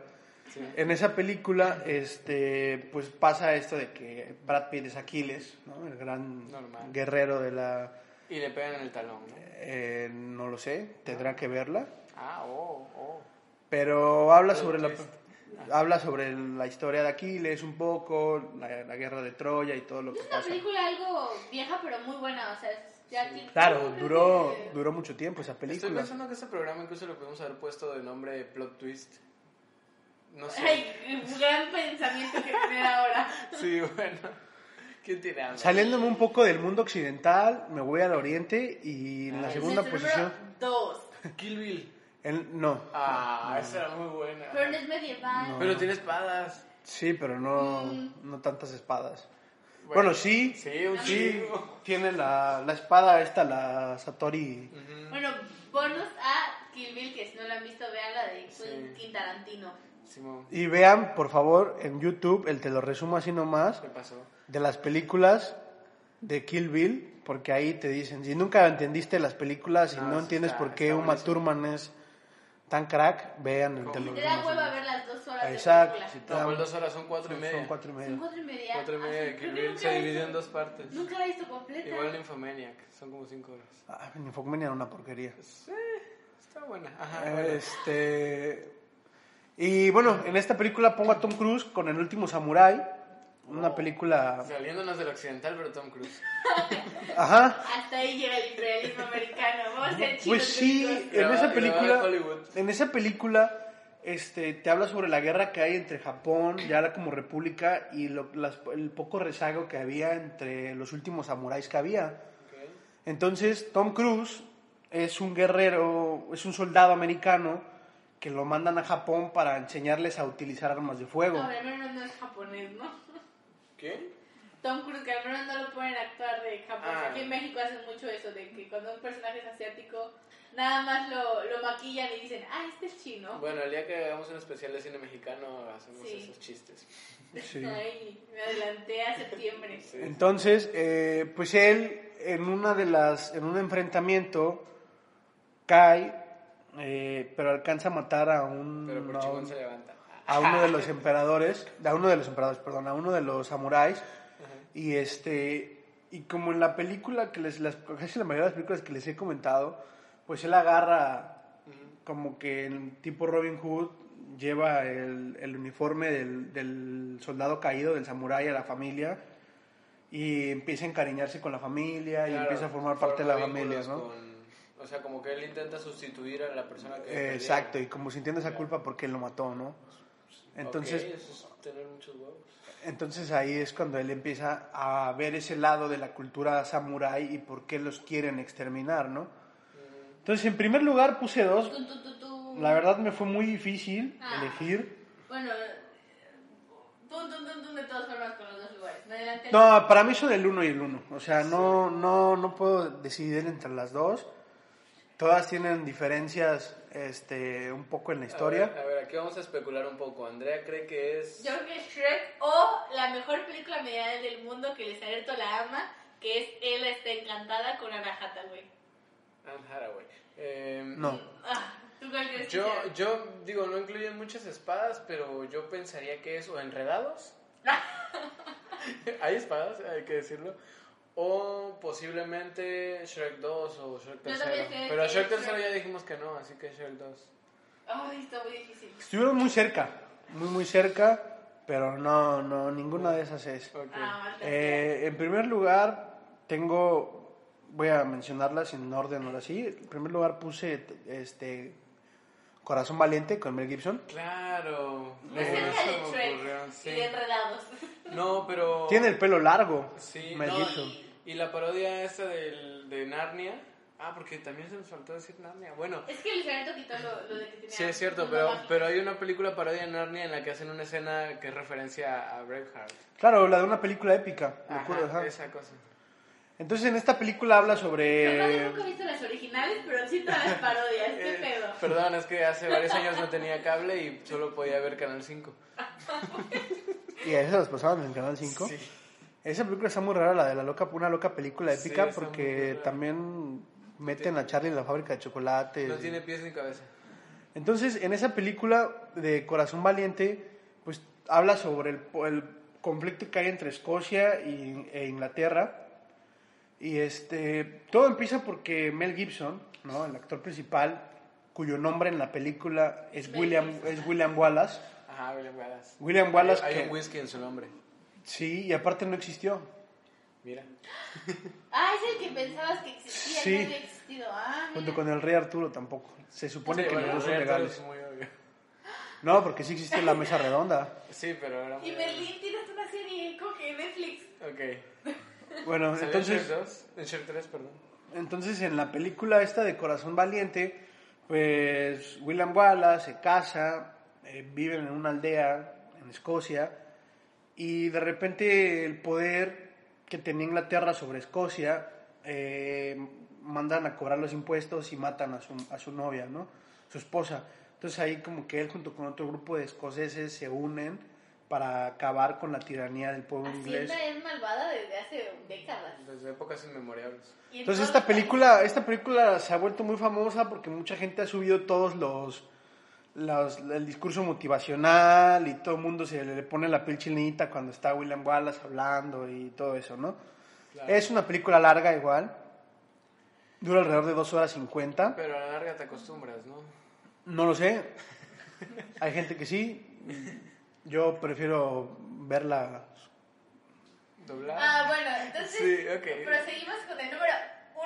Speaker 5: En esa película, este, pues pasa esto de que Brad Pitt es Aquiles, ¿no? El gran
Speaker 6: Normal.
Speaker 5: guerrero de la...
Speaker 6: Y le pegan en el talón, ¿no?
Speaker 5: eh, no lo sé, tendrá que verla.
Speaker 6: Ah, oh, oh.
Speaker 5: Pero habla sobre la...
Speaker 6: twist.
Speaker 5: Habla sobre la historia de Aquiles un poco, la, la guerra de Troya y todo lo que
Speaker 7: Es una
Speaker 5: pasa.
Speaker 7: película algo vieja, pero muy buena. O sea, es- ya tiene-
Speaker 5: Claro,
Speaker 7: creo que-
Speaker 5: duró, duró mucho tiempo esa
Speaker 6: Estoy
Speaker 5: película.
Speaker 6: pensando que este programa incluso lo podemos haber puesto de nombre Plot Twist. No sé.
Speaker 7: Ay, gran pensamiento que tener ahora.
Speaker 6: Sí, bueno. ¿Quién tiene hambre?
Speaker 5: Saliéndome un poco del mundo occidental, me voy al oriente y en la
Speaker 6: Ay.
Speaker 5: segunda
Speaker 7: Desde el
Speaker 5: posición...
Speaker 7: número Dos.
Speaker 6: Kill Bill.
Speaker 5: en- no,
Speaker 6: Ah, esa era muy buena.
Speaker 7: Pero no es medieval.
Speaker 5: No.
Speaker 6: Pero tiene espadas.
Speaker 5: sí, pero no,
Speaker 7: Mm.
Speaker 5: no tantas espadas. Bueno, sí,
Speaker 6: Sí, un
Speaker 5: sí,
Speaker 6: chingo.
Speaker 5: tiene la, la espada esta, la Satori.
Speaker 7: Bueno, bonus a Kill Bill, que si no la han visto, vean la de Quentin
Speaker 6: Sí.
Speaker 7: Tarantino.
Speaker 6: Simón,
Speaker 5: Y vean, por favor, en YouTube, el te lo resumo así nomás,
Speaker 6: ¿qué pasó?
Speaker 5: de las películas de Kill Bill, porque ahí te dicen, si nunca entendiste las películas y
Speaker 6: No,
Speaker 5: no,
Speaker 6: Ah, sí
Speaker 5: entiendes
Speaker 6: está-
Speaker 5: por qué
Speaker 6: está
Speaker 5: Uma
Speaker 6: buenísimo.
Speaker 5: Thurman es tan crack, vean el te lo
Speaker 7: Te da
Speaker 5: resumo
Speaker 7: hueva
Speaker 5: así.
Speaker 7: ver las dos horas
Speaker 5: Exacto,
Speaker 7: de
Speaker 5: si
Speaker 7: película.
Speaker 5: te
Speaker 6: No,
Speaker 5: da-
Speaker 6: pues dos horas son cuatro y media.
Speaker 5: son cuatro y
Speaker 7: Son
Speaker 5: media.
Speaker 7: cuatro y media.
Speaker 6: Cuatro y media
Speaker 7: Así,
Speaker 6: de
Speaker 7: creo
Speaker 6: Kill
Speaker 7: que
Speaker 6: Bill
Speaker 7: nunca
Speaker 6: se
Speaker 7: la
Speaker 6: dividió
Speaker 7: hizo-
Speaker 6: en dos partes.
Speaker 7: Nunca la he visto completa.
Speaker 6: Igual Nymphomaniac, son como cinco horas.
Speaker 5: Ah, Nymphomania era una porquería.
Speaker 6: Está buena. Ajá, Ah,
Speaker 5: Eh,
Speaker 6: bueno.
Speaker 5: Este. Y bueno, en esta película pongo a Tom Cruise con El último Samurai. Una película.
Speaker 6: Saliéndonos del occidental, pero Tom Cruise.
Speaker 5: Ajá.
Speaker 7: Hasta ahí llega el imperialismo americano. Vamos a ser chidos.
Speaker 5: Pues sí,
Speaker 7: gringos.
Speaker 5: en
Speaker 6: Grabada-
Speaker 5: esa
Speaker 6: grabada
Speaker 5: película.
Speaker 6: en Hollywood.
Speaker 5: En esa película. Este, te habla sobre la guerra que hay entre Japón, ya era como república, y lo- las- el poco rezago que había entre los últimos samuráis que había. Entonces, Tom Cruise es un guerrero, es un soldado americano que lo mandan a Japón para enseñarles a utilizar armas de fuego.
Speaker 7: No, Cameron no, es japonés, ¿no?
Speaker 6: ¿Qué?
Speaker 7: Tom Cruise, que al menos no lo pueden actuar de japonés.
Speaker 6: Ah.
Speaker 7: Aquí en México hacen mucho eso, de que cuando un personaje es asiático, nada más lo, lo maquillan y dicen, ah, este es chino.
Speaker 6: Bueno, el día que hagamos un especial de cine mexicano, hacemos
Speaker 7: Sí.
Speaker 6: esos chistes.
Speaker 5: Sí.
Speaker 7: Ay, me adelanté a septiembre.
Speaker 5: Entonces, eh, pues él en una de las, en un enfrentamiento cae, eh, pero alcanza a matar a un
Speaker 6: Pero por
Speaker 5: a,
Speaker 6: chingón
Speaker 5: un-
Speaker 6: se levanta.
Speaker 5: a uno de los emperadores, a uno de los emperadores, perdón, a uno de los samuráis y este y como en la película que les, las, casi la mayoría de las películas que les he comentado, pues él agarra como que el tipo Robin Hood lleva el, el uniforme del, del soldado caído, del samurái a la familia y empieza a encariñarse con la familia Ah, y
Speaker 6: Claro,
Speaker 5: empieza a formar parte de la
Speaker 6: forma
Speaker 5: familia,
Speaker 6: vínculos
Speaker 5: ¿no?
Speaker 6: con- o sea, como que él intenta sustituir a la persona que...
Speaker 5: Eh,
Speaker 6: pelea.
Speaker 5: exacto, y como sintiendo esa culpa porque él lo mató, ¿no? Entonces,
Speaker 6: Ok, eso es tener muchos huevos.
Speaker 5: Entonces ahí es cuando él empieza a ver ese lado de la cultura samurái y por qué los quieren exterminar, ¿no? Entonces, en primer lugar puse dos.
Speaker 7: Tu, tu, tu, tu.
Speaker 5: La verdad me fue muy difícil
Speaker 7: Ah.
Speaker 5: elegir.
Speaker 7: Bueno, tum, tum, tum, tum, de todas formas con los dos lugares. Me adelanté.
Speaker 5: No, para mí son el uno y el uno. O sea, no, no, no puedo decidir entre las dos. Todas tienen diferencias este, un poco en la
Speaker 6: A ver,
Speaker 5: historia.
Speaker 6: a ver, aquí vamos a especular un poco. Andrea cree que es...
Speaker 7: Yo creo que es Shrek o la mejor película medieval del mundo que les alerto la ama, que es Ella está encantada con Ana Hathaway.
Speaker 6: Anne Hathaway. Eh,
Speaker 5: No.
Speaker 7: Ah, ¿Tú cuál crees que
Speaker 6: Yo,
Speaker 7: sea?
Speaker 6: yo digo, no incluyen muchas espadas, pero yo pensaría que es o enredados. Hay espadas, hay que decirlo. O posiblemente Shrek 2 o Shrek
Speaker 7: Yo
Speaker 6: 3.
Speaker 7: también creo
Speaker 6: Pero
Speaker 7: que
Speaker 6: a Shrek
Speaker 7: es
Speaker 6: 3
Speaker 7: Shrek.
Speaker 6: ya dijimos que no, así que Shrek 2.
Speaker 7: Ay, está muy difícil.
Speaker 5: Estuvieron muy cerca, muy, muy cerca, pero no, no, ninguna de esas es.
Speaker 6: Ok.
Speaker 7: Ah, maldita
Speaker 5: Eh, en primer lugar, tengo. Voy a mencionarlas en orden ahora sí. En primer lugar, puse este. Corazón Valiente con Mel Gibson.
Speaker 6: Claro. no,
Speaker 7: sea. Muy cerca
Speaker 6: se
Speaker 7: de
Speaker 6: me
Speaker 7: Shrek
Speaker 6: ocurrió,
Speaker 7: y
Speaker 6: sí.
Speaker 7: de Enredados.
Speaker 6: No, pero.
Speaker 5: Tiene el pelo largo.
Speaker 6: Sí,
Speaker 5: Mel
Speaker 6: no,
Speaker 5: Gibson.
Speaker 6: y, y la parodia esta del, de Narnia. Ah, porque también se nos faltó decir Narnia. Bueno,
Speaker 7: Es que Luis Alberto quitó lo, lo de que tenía.
Speaker 6: Sí, es cierto,
Speaker 7: un
Speaker 6: pero,
Speaker 7: mágico.
Speaker 6: pero hay una película parodia en Narnia en la que hacen una escena que es referencia a Braveheart.
Speaker 5: Claro, la de una película épica. me acuerdo,
Speaker 6: Ajá,
Speaker 5: ajá.
Speaker 6: esa cosa.
Speaker 5: Entonces, en esta película habla
Speaker 6: Eh,
Speaker 7: Capaz de
Speaker 5: sobre.
Speaker 7: nunca he visto las originales, pero sí todas las parodias. ¿Qué
Speaker 6: Eh,
Speaker 7: pedo?
Speaker 6: perdón, es que hace varios años no tenía cable y solo podía ver Canal 5.
Speaker 5: Y a esas las pasaban en el Canal 5.
Speaker 6: Sí.
Speaker 5: Esa película está muy rara, la de la loca, una loca película
Speaker 6: Sí,
Speaker 5: épica,
Speaker 6: está muy
Speaker 5: porque
Speaker 6: rara.
Speaker 5: también meten a Charlie en la fábrica de chocolates.
Speaker 6: No
Speaker 5: y-
Speaker 6: tiene pies ni cabeza.
Speaker 5: Entonces, en esa película de Corazón Valiente, pues habla sobre el, po- el conflicto que hay entre Escocia y- e Inglaterra. Y este, todo empieza porque Mel Gibson, ¿no? El actor principal, cuyo nombre en la película es,
Speaker 7: Mel
Speaker 5: William,
Speaker 7: Gibson.
Speaker 5: es William Wallace.
Speaker 6: Ajá, William Wallace.
Speaker 5: William Wallace
Speaker 6: Hay, hay
Speaker 5: que-
Speaker 6: un whisky en su nombre.
Speaker 5: Sí, y aparte no existió.
Speaker 6: Mira.
Speaker 7: Ah, es el que pensabas que existía,
Speaker 5: Sí.
Speaker 7: no había existido. Ah,
Speaker 5: Junto
Speaker 7: mira.
Speaker 5: con el rey Arturo tampoco. Se supone
Speaker 6: Sí,
Speaker 5: que
Speaker 6: bueno,
Speaker 5: los dos son
Speaker 6: Roberto
Speaker 5: legales.
Speaker 6: es muy obvio.
Speaker 5: No, porque sí existe la mesa redonda.
Speaker 6: Sí, pero era muy
Speaker 7: Y
Speaker 6: obvio.
Speaker 7: Berlín tienes una serie como que en Netflix.
Speaker 6: Ok.
Speaker 5: Bueno,
Speaker 6: Entonces,
Speaker 5: entonces,
Speaker 6: en Shrek 2, en Shrek 3, perdón.
Speaker 5: entonces en la película esta de Corazón Valiente, pues William Wallace se casa, eh, viven en una aldea en Escocia y de repente el poder que tenía Inglaterra sobre Escocia eh, mandan a cobrar los impuestos y matan a su, a su novia, ¿no? Su esposa. Entonces ahí como que él junto con otro grupo de escoceses se unen para acabar con la tiranía del pueblo inglés.
Speaker 7: Hacienda es malvada desde hace décadas.
Speaker 6: Desde épocas inmemorables.
Speaker 7: Y en
Speaker 5: Entonces
Speaker 7: todos
Speaker 5: esta
Speaker 7: los
Speaker 5: película, esta película se ha vuelto muy famosa porque mucha gente ha subido todos los, los- el discurso motivacional y todo el mundo se le pone la piel chinita cuando está William Wallace hablando y todo eso, ¿no?
Speaker 6: Claro.
Speaker 5: Es una película larga igual, dura alrededor de 2 horas 50,
Speaker 6: Pero a la larga te acostumbras, ¿no?
Speaker 5: no lo sé, hay gente que sí, yo prefiero verla,
Speaker 6: Doblar.
Speaker 7: Ah, bueno, entonces
Speaker 6: Sí, ok.
Speaker 7: proseguimos con el número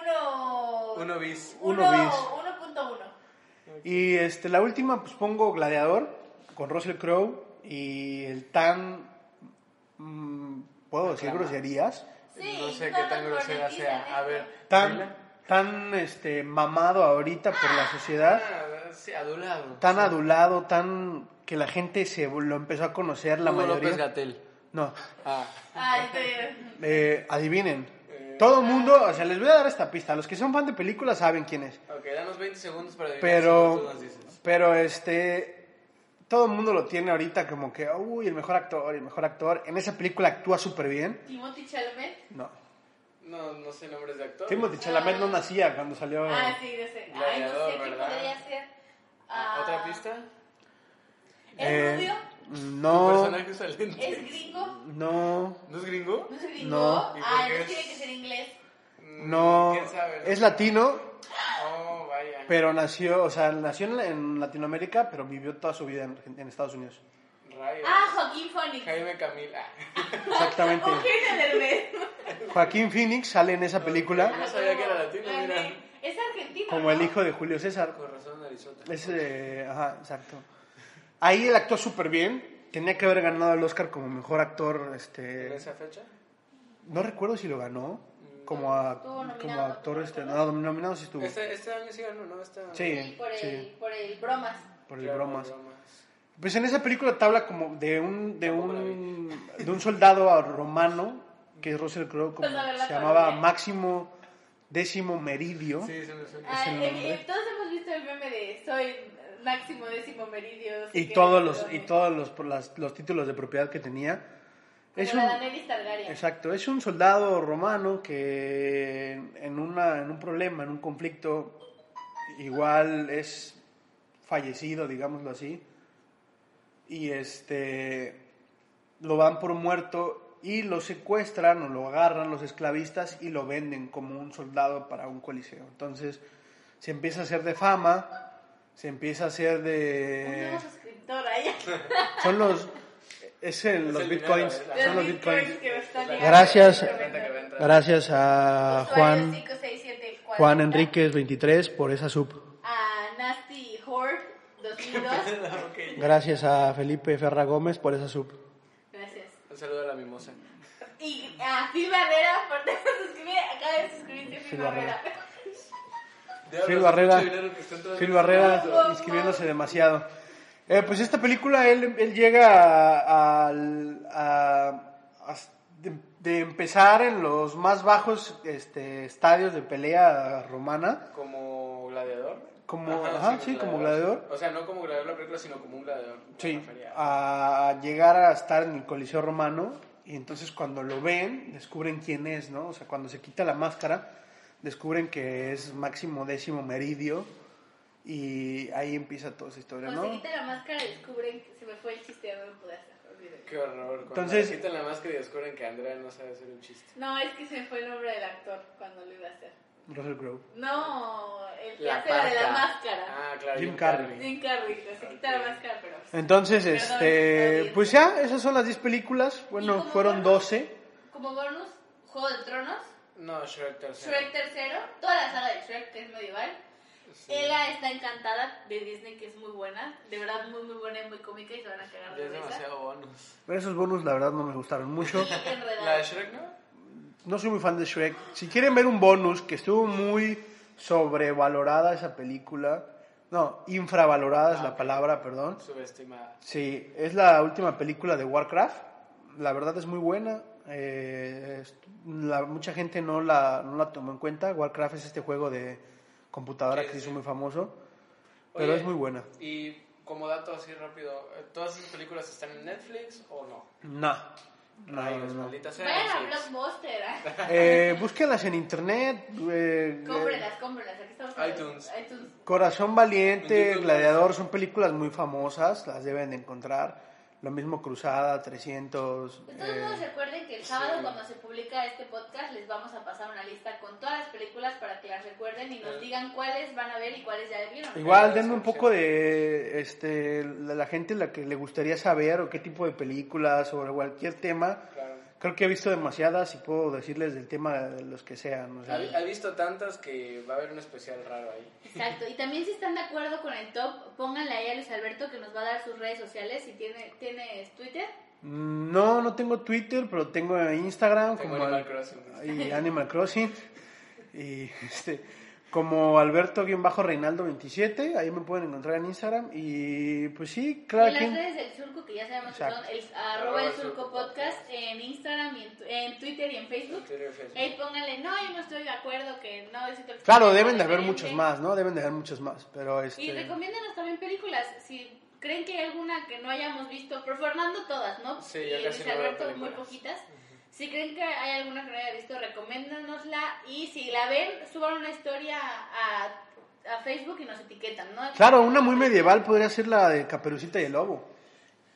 Speaker 7: 1.
Speaker 6: Uno bis.
Speaker 5: uno bis.
Speaker 7: 1.1.
Speaker 5: y este, la última pues pongo Gladiador con Russell Crowe y el tan... mm, ¿Puedo decir
Speaker 6: Aclama.
Speaker 5: groserías?
Speaker 7: Sí,
Speaker 6: no sé
Speaker 7: no
Speaker 6: qué
Speaker 7: nos
Speaker 6: tan grosera
Speaker 7: monetizan
Speaker 6: sea. A
Speaker 7: esto.
Speaker 6: ver.
Speaker 5: tan,
Speaker 6: Adula-
Speaker 5: tan este, mamado ahorita por la sociedad,
Speaker 6: Ah, sí, adulado.
Speaker 5: tan adulado, tan que la gente se lo empezó a conocer, la
Speaker 6: Hugo López
Speaker 5: mayoría.
Speaker 6: Gatel.
Speaker 5: No,
Speaker 6: Ah.
Speaker 7: Ay, te-
Speaker 5: eh, adivinen. Todo el mundo, o sea, les voy a dar esta pista. Los que son fan de películas saben quién es.
Speaker 6: Ok, danos 20 segundos para adivinar si tú
Speaker 5: Pero,
Speaker 6: nos dices.
Speaker 5: pero este, todo el mundo lo tiene ahorita como que, uy, el mejor actor, el mejor actor. En esa película actúa súper bien.
Speaker 7: Timothy Chalamet.
Speaker 5: No.
Speaker 6: No, no sé nombres de actores.
Speaker 5: Timothy Chalamet no nacía cuando salió. eh,
Speaker 7: Ah, sí, de ese. Ay, no
Speaker 6: Oh. Gladiador,
Speaker 7: sé qué
Speaker 6: ¿verdad?
Speaker 7: podría ser.
Speaker 6: Ah,
Speaker 7: Ah,
Speaker 6: ¿Otra pista?
Speaker 5: Eh,
Speaker 7: ¿Es rubio?
Speaker 5: No,
Speaker 6: Personaje saliente.
Speaker 7: ¿Es gringo?
Speaker 5: no.
Speaker 6: ¿No es gringo?
Speaker 7: ¿No es gringo?
Speaker 5: No.
Speaker 6: ¿Y por
Speaker 7: Ah,
Speaker 6: qué
Speaker 7: entonces
Speaker 6: es-
Speaker 7: tiene que ser inglés.
Speaker 5: No,
Speaker 6: Mm, ¿Quién sabe?
Speaker 5: es latino,
Speaker 6: Oh, vaya.
Speaker 5: pero nació, o sea, nació en- en Latinoamérica, pero vivió toda su vida en, Argen- en Estados Unidos.
Speaker 6: Rayos.
Speaker 7: Ah, Joaquín Phoenix.
Speaker 6: Jaime Ah. Camila.
Speaker 5: Exactamente.
Speaker 7: Eugenio Derbez.
Speaker 5: Joaquín Phoenix sale en esa película
Speaker 6: No sabía que era latino,
Speaker 7: Ah,
Speaker 6: mira.
Speaker 7: sí. Es argentino.
Speaker 5: como el
Speaker 7: ¿no?
Speaker 5: hijo de Julio César.
Speaker 6: Con razón, Arizona.
Speaker 5: Es, eh, ajá, exacto. Ahí él actuó súper bien. Tenía que haber ganado el Oscar como mejor actor.
Speaker 6: ¿En
Speaker 5: Este,
Speaker 6: esa fecha?
Speaker 5: no recuerdo si lo ganó. Como, a-
Speaker 7: Estuvo nominado,
Speaker 5: como actor,
Speaker 7: ¿no?
Speaker 5: este, no, nominado sí estuvo.
Speaker 6: Este, este año sí ganó, ¿no? Esta...
Speaker 7: Sí,
Speaker 5: Sí,
Speaker 7: por el,
Speaker 5: sí,
Speaker 7: por el bromas.
Speaker 5: por el
Speaker 6: Claro,
Speaker 5: bromas. Pues en esa película te habla como de un de
Speaker 6: Tampoco
Speaker 5: un de un soldado romano que es Russell Crowe como
Speaker 7: Pues la verdad
Speaker 5: se llamaba
Speaker 7: también.
Speaker 5: Máximo Décimo Meridio.
Speaker 6: Sí, se me suena.
Speaker 7: Ah,
Speaker 5: el
Speaker 7: eh,
Speaker 5: nombre.
Speaker 7: eh, todos hemos visto el meme de soy máximo décimo meridio.
Speaker 5: Y todos los y todos los por las- los títulos de propiedad que tenía.
Speaker 7: Es
Speaker 5: Es un
Speaker 7: Targaryen.
Speaker 5: Exacto, es un soldado romano que en una en un problema, en un conflicto igual es fallecido, digámoslo así. Y este lo van por muerto y lo secuestran o lo agarran los esclavistas y lo venden como un soldado para un coliseo. Entonces se empieza a hacer de fama, se empieza a hacer
Speaker 7: Un
Speaker 5: de
Speaker 7: nuevo suscriptor ahí.
Speaker 5: son los es el- los
Speaker 6: el dinero,
Speaker 5: bitcoins,
Speaker 6: es la-
Speaker 5: son los bitcoins.
Speaker 7: que me están llegando.
Speaker 5: Gracias,
Speaker 7: Usuario
Speaker 5: gracias a Juan,
Speaker 7: 5674.
Speaker 5: Juan Enríquez 23 por esa sub.
Speaker 7: A Nasty Horde 2002.
Speaker 6: Ok.
Speaker 5: Gracias a Felipe Ferra Gómez por esa sub.
Speaker 7: Gracias.
Speaker 6: Un saludo a la mimosa.
Speaker 7: Y a Phil Barrera por suscribir. Acaba de suscribirse Phil
Speaker 5: Phil Barrera.
Speaker 7: Barrera.
Speaker 5: Phil Barrera, Phil
Speaker 6: Phil
Speaker 5: Barrera inscribiéndose demasiado. Eh, pues esta película, él, él llega a, al- a- a- de, de empezar en los más bajos este, estadios de pelea romana.
Speaker 6: Como gladiador.
Speaker 5: Como- ajá, sí, como gladiador.
Speaker 6: O sea, no como gladiador la película, sino como un gladiador.
Speaker 5: Sí, Ah.
Speaker 6: Como feria.
Speaker 5: a llegar a estar en el Coliseo Romano y entonces cuando lo ven descubren quién es, ¿no? O sea, cuando se quita la máscara descubren que es Máximo Décimo Meridio Y ahí empieza toda esa historia,
Speaker 7: Cuando se
Speaker 5: ¿no?
Speaker 7: quita la máscara descubren que se me fue el chiste, no lo pude hacer, olvídalo.
Speaker 6: Qué horror. Cuando
Speaker 5: Entonces-
Speaker 6: le quitan la máscara y descubren que Andrea no sabe hacer un chiste.
Speaker 7: No, es que se me fue el nombre del actor cuando lo iba a hacer.
Speaker 5: Russell Crowe.
Speaker 7: No, el que hace la de la
Speaker 6: parca.
Speaker 7: máscara.
Speaker 6: Ah, claro.
Speaker 5: Jim Carrey.
Speaker 7: Jim Carrey, se quita la máscara, pero...
Speaker 5: Entonces,
Speaker 7: Perdón,
Speaker 5: este,
Speaker 7: David.
Speaker 5: pues ya, esas son las 10 películas.
Speaker 7: ¿Y
Speaker 5: Bueno,
Speaker 7: cómo
Speaker 5: fueron
Speaker 7: fueron?
Speaker 5: 12.
Speaker 7: Como bonus, Juego de Tronos,
Speaker 6: No, Shrek tercero.
Speaker 7: Shrek tercero, toda la saga de Shrek que es medieval. Ella está encantada de Disney, que es muy buena, de verdad muy muy buena y muy cómica y se van a cagar
Speaker 6: Ya
Speaker 7: de
Speaker 6: es
Speaker 7: risa.
Speaker 6: demasiado bonus.
Speaker 5: Esos bonus, la verdad, no me gustaron mucho.
Speaker 7: Y enredada.
Speaker 6: ¿La de Shrek no?
Speaker 5: No soy muy fan de Shrek. Si quieren ver un bonus que estuvo muy sobrevalorada esa película, no, infravalorada
Speaker 6: Ah,
Speaker 5: es la palabra, perdón.
Speaker 6: Subestimada.
Speaker 5: Sí, es la última película de Warcraft. La verdad es muy buena. Eh, es- la- mucha gente no la, no la tomó en cuenta. Warcraft es este juego de computadora
Speaker 6: Sí,
Speaker 5: que se hizo
Speaker 6: sí.
Speaker 5: muy famoso. Pero
Speaker 6: Oye,
Speaker 5: es muy buena.
Speaker 6: Y como dato así rápido, ¿todas esas películas están en Netflix o no?
Speaker 5: No. No,
Speaker 6: Rayos,
Speaker 5: no, no.
Speaker 6: maldita sea
Speaker 7: Vayan a
Speaker 6: Netflix.
Speaker 7: Blockbuster, ¿eh?
Speaker 5: Eh, búsquenlas en internet. eh,
Speaker 7: cómprenlas, cómprenlas, aquí estamos.
Speaker 6: iTunes.
Speaker 7: iTunes.
Speaker 5: Corazón Valiente,
Speaker 6: YouTube.
Speaker 5: Gladiador, son películas muy famosas, las deben de encontrar. Lo mismo Cruzada, 300.
Speaker 7: De todos modos,
Speaker 5: eh,
Speaker 7: recuerden que el sábado, cuando se publica este podcast, les vamos a pasar una lista con todas las películas para que las recuerden y
Speaker 6: Eh.
Speaker 7: nos digan cuáles van a ver y cuáles ya vieron.
Speaker 5: igual, denme un poco de este, la, la gente la que le gustaría saber o qué tipo de películas sobre cualquier tema.
Speaker 6: Claro.
Speaker 5: Creo que he visto demasiadas y puedo decirles del tema de los que sean. o sea.
Speaker 6: Ha, ha visto tantas que va a haber un especial raro ahí.
Speaker 7: Exacto, y también si están de acuerdo con el top, pónganle ahí a Luis Alberto que nos va a dar sus redes sociales, si tiene, tienes Twitter,
Speaker 5: No, no tengo Twitter, pero tengo Instagram
Speaker 6: Tengo
Speaker 5: como
Speaker 6: Animal
Speaker 5: al-
Speaker 6: Crossing.
Speaker 5: y Animal Crossing y este como Alberto-Reinaldo27, ahí me pueden encontrar en Instagram y pues sí,
Speaker 7: y
Speaker 5: claro
Speaker 7: las
Speaker 5: que
Speaker 7: redes del Surco que ya sabemos que
Speaker 5: Exacto.
Speaker 7: son el, arroba el Surco Podcast en Instagram, y en, tu- en Twitter y en Facebook.
Speaker 6: Twitter y Facebook.
Speaker 7: Ahí pónganle, no, yo no estoy de acuerdo, que no, yo siento que-
Speaker 5: claro, deben de haber
Speaker 7: diferente".
Speaker 5: muchos más, ¿no? Deben de haber muchos más, pero
Speaker 7: Y
Speaker 5: este
Speaker 7: recomiéndanos también películas, si creen que hay alguna que no hayamos visto, pero Fernando todas, ¿no?
Speaker 6: Sí,
Speaker 7: y
Speaker 6: yo casi
Speaker 7: Luis
Speaker 6: no veo
Speaker 7: Alberto muy
Speaker 6: películas.
Speaker 7: poquitas. Si creen que hay alguna que no haya visto, recomiéndanosla y si la ven, suban una historia a, a Facebook y nos etiquetan, ¿no?
Speaker 5: claro, una muy medieval podría ser la de Caperucita y el Lobo.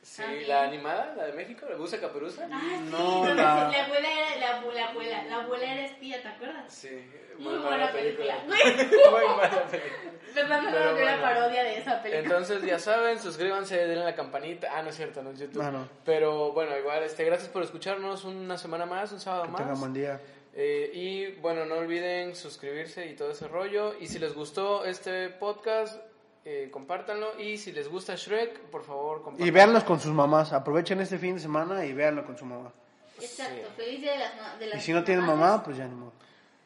Speaker 6: Sí,
Speaker 7: También.
Speaker 6: la animada, la de México, la Busa Caperuza.
Speaker 7: Ah, sí,
Speaker 5: No,
Speaker 7: donde
Speaker 5: la-
Speaker 7: la abuela era la, abu- la abuela, la abuela era espía, ¿te acuerdas?
Speaker 6: Sí,
Speaker 7: Muy buena película.
Speaker 6: Muy mala película.
Speaker 7: Fernando
Speaker 6: Pero
Speaker 7: no una
Speaker 6: bueno.
Speaker 7: parodia de esa película.
Speaker 6: Entonces, ya saben, suscríbanse, denle la campanita. Ah, no es cierto, no es YouTube.
Speaker 5: No, no.
Speaker 6: Pero bueno, igual, este, gracias por escucharnos una semana más, un sábado
Speaker 5: Que
Speaker 6: más.
Speaker 5: tengan buen día.
Speaker 6: Eh, y bueno, no olviden suscribirse y todo ese rollo. Y si les gustó este podcast, eh, compártanlo. Y si les gusta Shrek, por favor, compártanlo.
Speaker 5: Y véanlos con sus mamás, aprovechen este fin de semana y véanlo con su mamá.
Speaker 7: Exacto, feliz día de las, ma- de
Speaker 5: Y
Speaker 7: las
Speaker 5: si no tienen
Speaker 7: mamás.
Speaker 5: mamá, pues ya ni modo.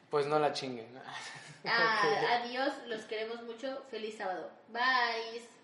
Speaker 6: Pues no la chinguen.
Speaker 7: Ah, adiós, los queremos mucho. Feliz sábado. Bye.